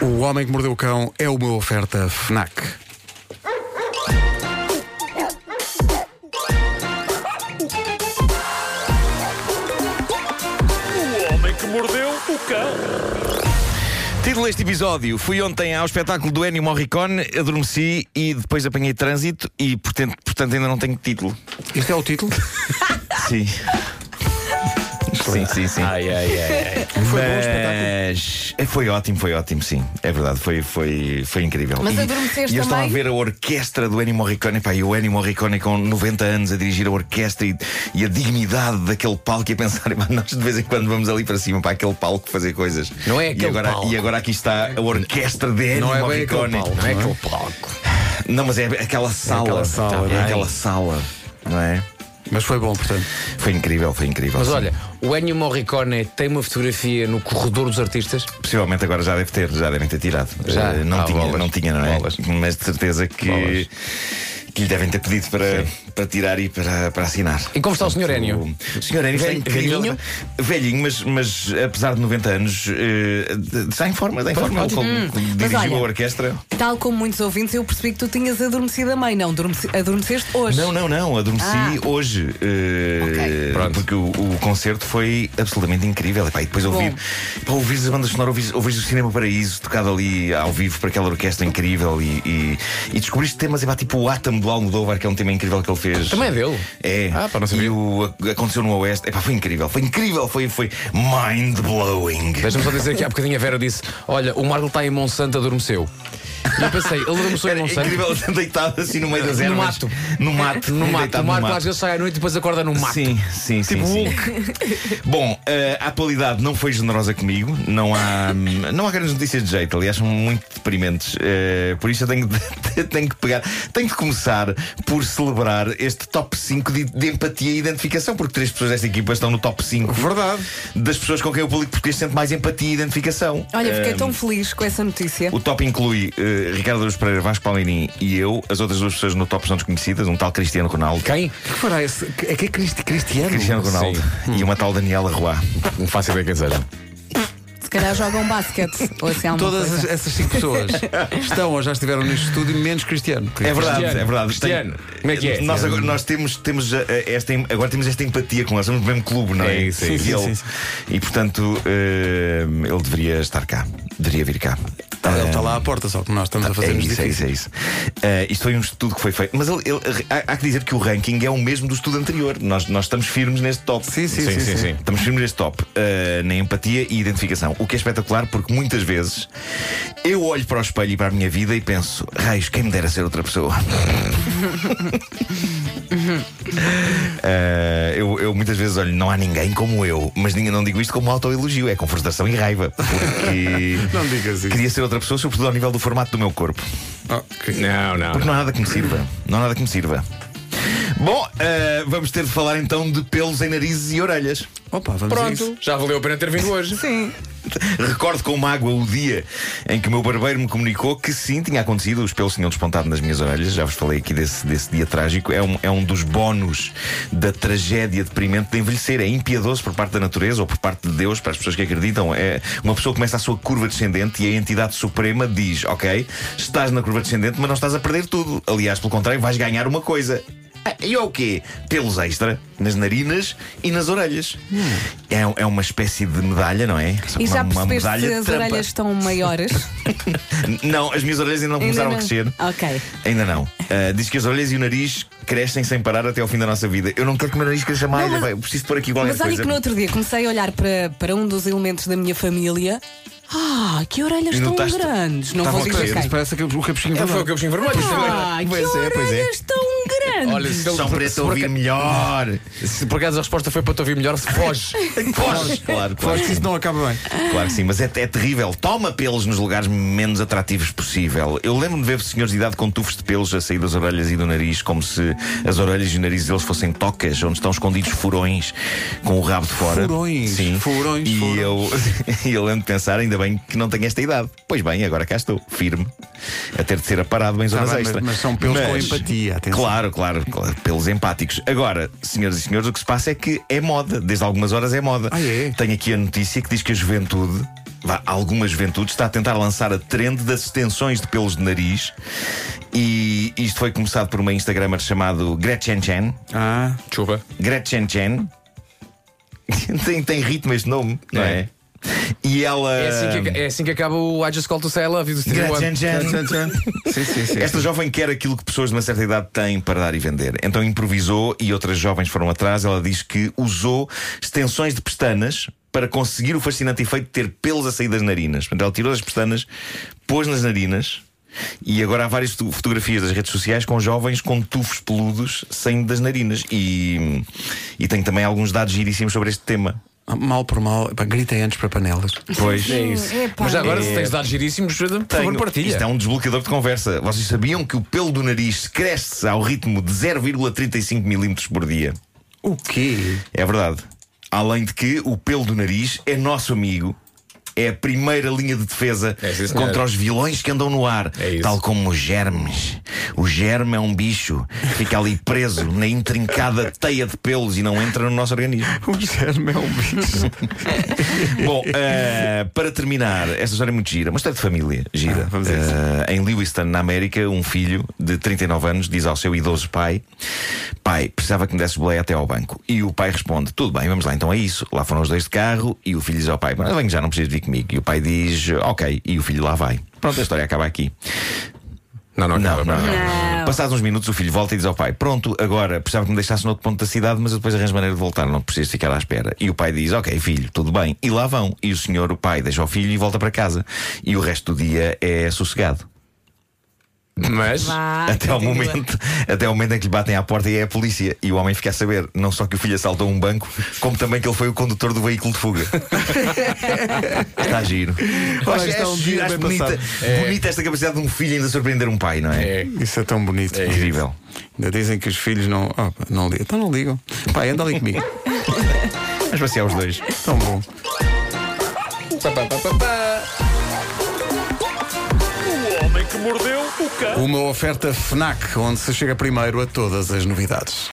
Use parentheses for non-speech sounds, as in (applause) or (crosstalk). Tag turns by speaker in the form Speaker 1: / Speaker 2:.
Speaker 1: O Homem que Mordeu o Cão é uma oferta FNAC.
Speaker 2: O homem que mordeu o cão.
Speaker 3: Título deste episódio: Fui ontem ao espetáculo do Ennio Morricone, adormeci e depois apanhei trânsito e portanto, portanto ainda não tenho título.
Speaker 1: Este é o título?
Speaker 3: Sim. Sim, sim, sim.
Speaker 2: Ai, ai, ai.
Speaker 1: Foi bom o espetáculo.
Speaker 3: Mas foi ótimo, foi ótimo, sim. É verdade, foi, foi, foi incrível.
Speaker 4: Mas
Speaker 3: e,
Speaker 4: adormeceste
Speaker 3: e eu estava a
Speaker 4: também?
Speaker 3: ver a orquestra do Ennio Morricone, pá, e o Ennio Morricone com 90 anos a dirigir a orquestra e, e a dignidade daquele palco e a pensar, (laughs) "Pá, nós de vez em quando vamos ali para cima para aquele palco fazer coisas.
Speaker 5: Não é
Speaker 3: e
Speaker 5: aquele
Speaker 3: agora,
Speaker 5: palco.
Speaker 3: E agora aqui está a orquestra de Ennio
Speaker 1: Não é bem aquele
Speaker 3: Morricone.
Speaker 1: palco.
Speaker 5: Não é aquele palco.
Speaker 3: Não, mas é aquela sala.
Speaker 1: aquela sala,
Speaker 3: é
Speaker 1: bem.
Speaker 3: aquela sala, não é?
Speaker 1: Mas foi bom, portanto.
Speaker 3: Foi incrível, foi incrível.
Speaker 5: Mas
Speaker 3: sim.
Speaker 5: olha, o Ennio Morricone tem uma fotografia no corredor dos artistas.
Speaker 3: Possivelmente agora já deve ter, já devem ter tirado.
Speaker 5: Já?
Speaker 3: Eh, não,
Speaker 5: Ah,
Speaker 3: tinha,
Speaker 5: bolas.
Speaker 3: não tinha, não é?
Speaker 5: Bolas.
Speaker 3: Mas de certeza que,
Speaker 5: Bolas.
Speaker 3: que lhe devem ter pedido para, para tirar e para, para assinar.
Speaker 5: E como está o Sr. Enio?
Speaker 3: O Sr. Enio está
Speaker 5: Velho-
Speaker 3: incrível.
Speaker 5: velhinho?
Speaker 3: Velhinho, mas, mas apesar de 90 anos, eh, de- está em forma, está em forma. Ele com-
Speaker 4: Mas
Speaker 5: Hum.
Speaker 3: dirigiu
Speaker 4: olha-
Speaker 3: a orquestra.
Speaker 4: Tal como muitos ouvintes, eu percebi que tu tinhas adormecido a mãe. Não, adormeci- adormeceste hoje.
Speaker 3: Não, não, não, adormeci
Speaker 4: Ah.
Speaker 3: hoje. eh,
Speaker 5: Ok. Pronto.
Speaker 3: Porque o, o concerto foi absolutamente incrível. Epá, e depois ouvir, pá, ouvir as bandas sonoras, ouvir, ouvir o Cinema Paraíso tocado ali ao vivo para aquela orquestra incrível e, e, e descobriste temas, epá, tipo o Átomo do Almodóvar, que é um tema incrível que ele fez.
Speaker 5: Também é dele?
Speaker 3: É.
Speaker 5: Ah, pá, não sabia.
Speaker 3: E o Aconteceu no Oeste, epá, foi incrível, foi incrível, foi, foi mind blowing.
Speaker 5: Deixa-me só dizer que há bocadinho a Vera disse: Olha, o Marco está em Monsanto, adormeceu. E eu pensei, ele adormeceu em
Speaker 3: Era
Speaker 5: Monsanto.
Speaker 3: incrível, (laughs) deitado assim no meio das
Speaker 5: No
Speaker 3: ervas.
Speaker 5: mato.
Speaker 3: No mato.
Speaker 5: No mato,
Speaker 3: deitado
Speaker 5: o
Speaker 3: no
Speaker 5: Marco
Speaker 3: mato.
Speaker 5: às vezes sai à noite e depois acorda no mato.
Speaker 3: Sim, sim, sim. sim. (laughs) Bom, eh, a atualidade não foi generosa comigo. Não há, hum, não há grandes notícias de jeito. Aliás, são muito deprimentes. Eh, por isso eu tenho, de- (laughs) tenho que pegar. Tenho de começar por celebrar este top 5 de, de empatia e identificação, porque três pessoas desta equipa estão no top 5
Speaker 1: Verdade.
Speaker 3: das pessoas com quem o público português sente mais empatia e identificação.
Speaker 4: Olha,
Speaker 3: Eh,
Speaker 4: fiquei tão feliz com essa notícia.
Speaker 3: o top inclui eh, Ricardo Aruz Pereira, Vasco Palmeirim e eu. As outras duas pessoas no top são desconhecidas, um tal Cristiano Ronaldo.
Speaker 5: Quem?
Speaker 1: O que fará esse? É que é Cristi- Cristiano?
Speaker 3: Cristiano Ronaldo e uma tal Daniela Roy.
Speaker 5: Não faço ideia quem seja.
Speaker 4: Se calhar jogam basquete. ou assim alguma
Speaker 1: Todas
Speaker 4: coisa.
Speaker 1: as- essas cinco (laughs) pessoas estão ou já estiveram neste estúdio, menos Cristiano.
Speaker 3: É verdade,
Speaker 5: Cristiano,
Speaker 3: é verdade.
Speaker 5: Cristiano, como é que é?
Speaker 3: Nós, agora, nós temos, temos eh, esta, em- agora temos esta empatia com ele, somos do mesmo clube, não é?
Speaker 5: É isso, é
Speaker 3: E
Speaker 5: isso.
Speaker 3: ele-
Speaker 1: Sim, sim,
Speaker 3: E portanto, eh, ele deveria estar cá, deveria vir cá.
Speaker 1: Tá, Ele
Speaker 3: Eh,
Speaker 1: está lá à porta, só que nós estamos a
Speaker 3: é
Speaker 1: fazer-nos
Speaker 3: isso, é
Speaker 1: difícil.
Speaker 3: isso, é isso. Eh, isto foi um estudo que foi feito. Mas ele- ele- há, há que dizer que o ranking é o mesmo do estudo anterior. Nós, nós estamos firmes neste top.
Speaker 1: Sim, sim, sim, sim.
Speaker 3: Estamos firmes neste top. eh, na empatia e identificação. O que é espetacular porque muitas vezes eu olho para o espelho e para a minha vida e penso: raios, quem me dera ser
Speaker 1: (laughs)
Speaker 3: outra pessoa. Eh, eu, eu muitas vezes olho, não há ninguém como eu, mas ninguém, não digo isto como autoelogio, é com frustração e raiva. Porque
Speaker 1: (laughs) Não digas isso.
Speaker 3: queria ser outra pessoa, sobretudo ao nível do formato do meu corpo.
Speaker 1: Ah, que-
Speaker 5: Não, não.
Speaker 3: Porque não há nada que me sirva. Não há nada que me sirva. Bom, eh, vamos ter de falar então de pelos em narizes e orelhas.
Speaker 1: Opa, vamos a isso.
Speaker 5: Pronto, já valeu a pena ter vindo hoje.
Speaker 4: Sim.
Speaker 3: Recordo com mágoa o dia em que o meu barbeiro me comunicou que sim, tinha acontecido, os pelos tinham despontado nas minhas orelhas. Já vos falei aqui desse, desse dia trágico. É um, é um dos bónus da tragédia deprimente de envelhecer. É impiedoso por parte da natureza ou por parte de Deus, para as pessoas que acreditam. É, uma pessoa começa a sua curva descendente e a entidade suprema diz: Ok, estás na curva descendente, mas não estás a perder tudo. Aliás, pelo contrário, vais ganhar uma coisa. Ah, E é o quê? Pelos extra, nas narinas e nas orelhas. É, um- é uma espécie de medalha, não é? Só
Speaker 4: E
Speaker 3: que
Speaker 4: já
Speaker 3: uma, uma
Speaker 4: percebeste
Speaker 3: medalha
Speaker 4: se
Speaker 3: de
Speaker 4: as
Speaker 3: trampa.
Speaker 4: orelhas estão
Speaker 3: (laughs)
Speaker 4: maiores?
Speaker 3: Não, as minhas orelhas ainda não
Speaker 4: Ainda
Speaker 3: começaram
Speaker 4: não.
Speaker 3: a crescer.
Speaker 4: Ok.
Speaker 3: Ainda não. Ah, diz que as orelhas e o nariz crescem sem parar até ao fim da nossa vida. Eu não quero que o meu nariz cresça mais.
Speaker 4: mas-
Speaker 3: epá, eu preciso pôr aqui qualquer
Speaker 4: Mas olha
Speaker 3: coisa.
Speaker 4: que no outro dia comecei a olhar para, para um dos elementos da minha família. Ah, que orelhas
Speaker 3: E
Speaker 4: tão
Speaker 3: notaste-
Speaker 4: grandes! Não
Speaker 3: Estavam
Speaker 4: vou
Speaker 3: a
Speaker 4: dizer
Speaker 3: crescer, é,
Speaker 4: quem.
Speaker 1: Parece que o capuchinho
Speaker 5: Ele É, foi o
Speaker 1: vermelho.
Speaker 5: capuchinho vermelho.
Speaker 4: Ah, que
Speaker 3: Pois é, pois é.
Speaker 4: orelhas tão grandes!
Speaker 5: Olha, se ele-
Speaker 3: São para
Speaker 5: se
Speaker 3: te
Speaker 5: por
Speaker 3: ouvir
Speaker 5: acaso-
Speaker 3: melhor.
Speaker 5: Se por acaso a resposta foi para te ouvir melhor, se foge.
Speaker 3: Claro, claro, claro.
Speaker 1: Acho
Speaker 3: que
Speaker 1: que
Speaker 3: sim.
Speaker 1: isso não acaba bem.
Speaker 3: (laughs) Claro que sim, mas é, é terrível. Toma pelos nos lugares menos atrativos possível. Eu lembro-me de ver senhores de idade com tufos de pelos a sair das orelhas e do nariz, como se as orelhas e o nariz deles fossem tocas, onde estão escondidos furões com o rabo de fora.
Speaker 1: Furões,
Speaker 3: sim.
Speaker 1: furões,
Speaker 3: E
Speaker 1: furões.
Speaker 3: Eu, e eu (laughs) lembro de pensar, ainda bem que não tenho esta idade. Pois bem, agora cá estou, firme, a ter de ser aparado em zonas
Speaker 1: Tá bem, mas-
Speaker 3: extra.
Speaker 1: mas são pelos com empatia, atenção.
Speaker 3: Claro. Claro, claro, claro, pelos empáticos. Agora, senhoras e senhores, o que se passa é que é moda, desde algumas horas é moda.
Speaker 1: Ah, é?
Speaker 3: Tenho aqui a notícia que diz que a juventude vá, alguma juventude está a tentar lançar a trend das extensões de pelos de nariz. E isto foi começado por uma Instagrammer chamado Gretchen Chen.
Speaker 1: Ah,
Speaker 5: Chupa.
Speaker 3: Gretchen Chen. (laughs) tem, tem ritmo este nome, não é? E ela.
Speaker 5: É assim, que, é assim que acaba o I Just Call to Say I Love You do Stevie
Speaker 3: Gretchen
Speaker 5: Wonder.
Speaker 3: Chen.
Speaker 1: Tchan, tchan. (laughs) sim, sim, sim.
Speaker 3: Esta jovem quer aquilo que pessoas de uma certa idade têm para dar e vender. Então improvisou e outras jovens foram atrás. Ela diz que usou extensões de pestanas para conseguir o fascinante efeito de ter pelos a sair das narinas. Portanto, ela tirou as pestanas, pôs nas narinas. E agora há várias foto- fotografias das redes sociais com jovens com tufos peludos saindo das narinas. E, e tenho também alguns dados giríssimos sobre este tema.
Speaker 1: Mal por mal, pá, gritei antes para panelas.
Speaker 3: Pois.
Speaker 4: Epá.
Speaker 5: Mas já agora, se tens dados giríssimos, por favor,
Speaker 3: Tenho.
Speaker 5: partilha.
Speaker 3: Isto é um desbloqueador de conversa. Vocês sabiam que o pelo do nariz cresce ao ritmo de 0,35 milímetros por dia?
Speaker 1: O quê?
Speaker 3: É verdade. Além de que o pelo do nariz é nosso amigo. É a primeira linha de defesa
Speaker 5: É, sim, senhor.
Speaker 3: contra os vilões que andam no ar,
Speaker 5: É isso.
Speaker 3: tal como os germes. O germe é um bicho que fica ali preso na intrincada teia de pelos e não entra no nosso organismo.
Speaker 1: O germe é um bicho.
Speaker 3: (laughs) Bom, eh, para terminar, esta história é muito gira, uma história de família gira.
Speaker 1: Ah, vamos a isso.
Speaker 3: Eh, em Lewiston, na América, um filho de 39 anos diz ao seu idoso pai: Pai, precisava que me desses boleia até ao banco. E o pai responde: Tudo bem, vamos lá, então é isso. Lá foram os dois de carro e o filho diz ao pai: Mas venho já, não precisas vir comigo. E o pai diz: Ok, e o filho lá vai. Pronto, a história acaba aqui.
Speaker 5: Não, não,
Speaker 3: Não,
Speaker 5: acaba,
Speaker 3: não,
Speaker 5: pá.
Speaker 3: não.
Speaker 4: Não.
Speaker 3: Passados uns minutos, o filho volta e diz ao pai: Pronto, agora precisava que me deixasse noutro ponto da cidade, mas eu depois arranjo maneira de voltar, não precisas ficar à espera. E o pai diz: Ok, filho, tudo bem. E lá vão. E o senhor, o pai, deixa o filho e volta para casa. E o resto do dia é sossegado.
Speaker 5: Mas.
Speaker 4: Vá,
Speaker 3: até ao
Speaker 4: continua.
Speaker 3: momento até ao momento em que lhe batem à porta e é a polícia. E o homem fica a saber, não só que o filho assaltou um banco, como também que ele foi o condutor do veículo de fuga. Está giro.
Speaker 1: Ora,
Speaker 3: Acho-
Speaker 1: isto é um
Speaker 3: acho-
Speaker 1: dia
Speaker 3: acho
Speaker 1: bem
Speaker 3: bonita,
Speaker 1: passado.
Speaker 3: bonita esta capacidade de um filho ainda surpreender um pai, não é?
Speaker 5: É.
Speaker 1: Isso é tão bonito.
Speaker 3: É incrível.
Speaker 1: Ainda dizem que os filhos não. Ah, pá, não ligam. Então não ligam. Pai, anda ali comigo.
Speaker 3: Mas passear os dois.
Speaker 1: É Tão bom.
Speaker 2: O homem que mordeu o cão.
Speaker 1: Uma oferta FNAC, onde se chega primeiro a todas as novidades.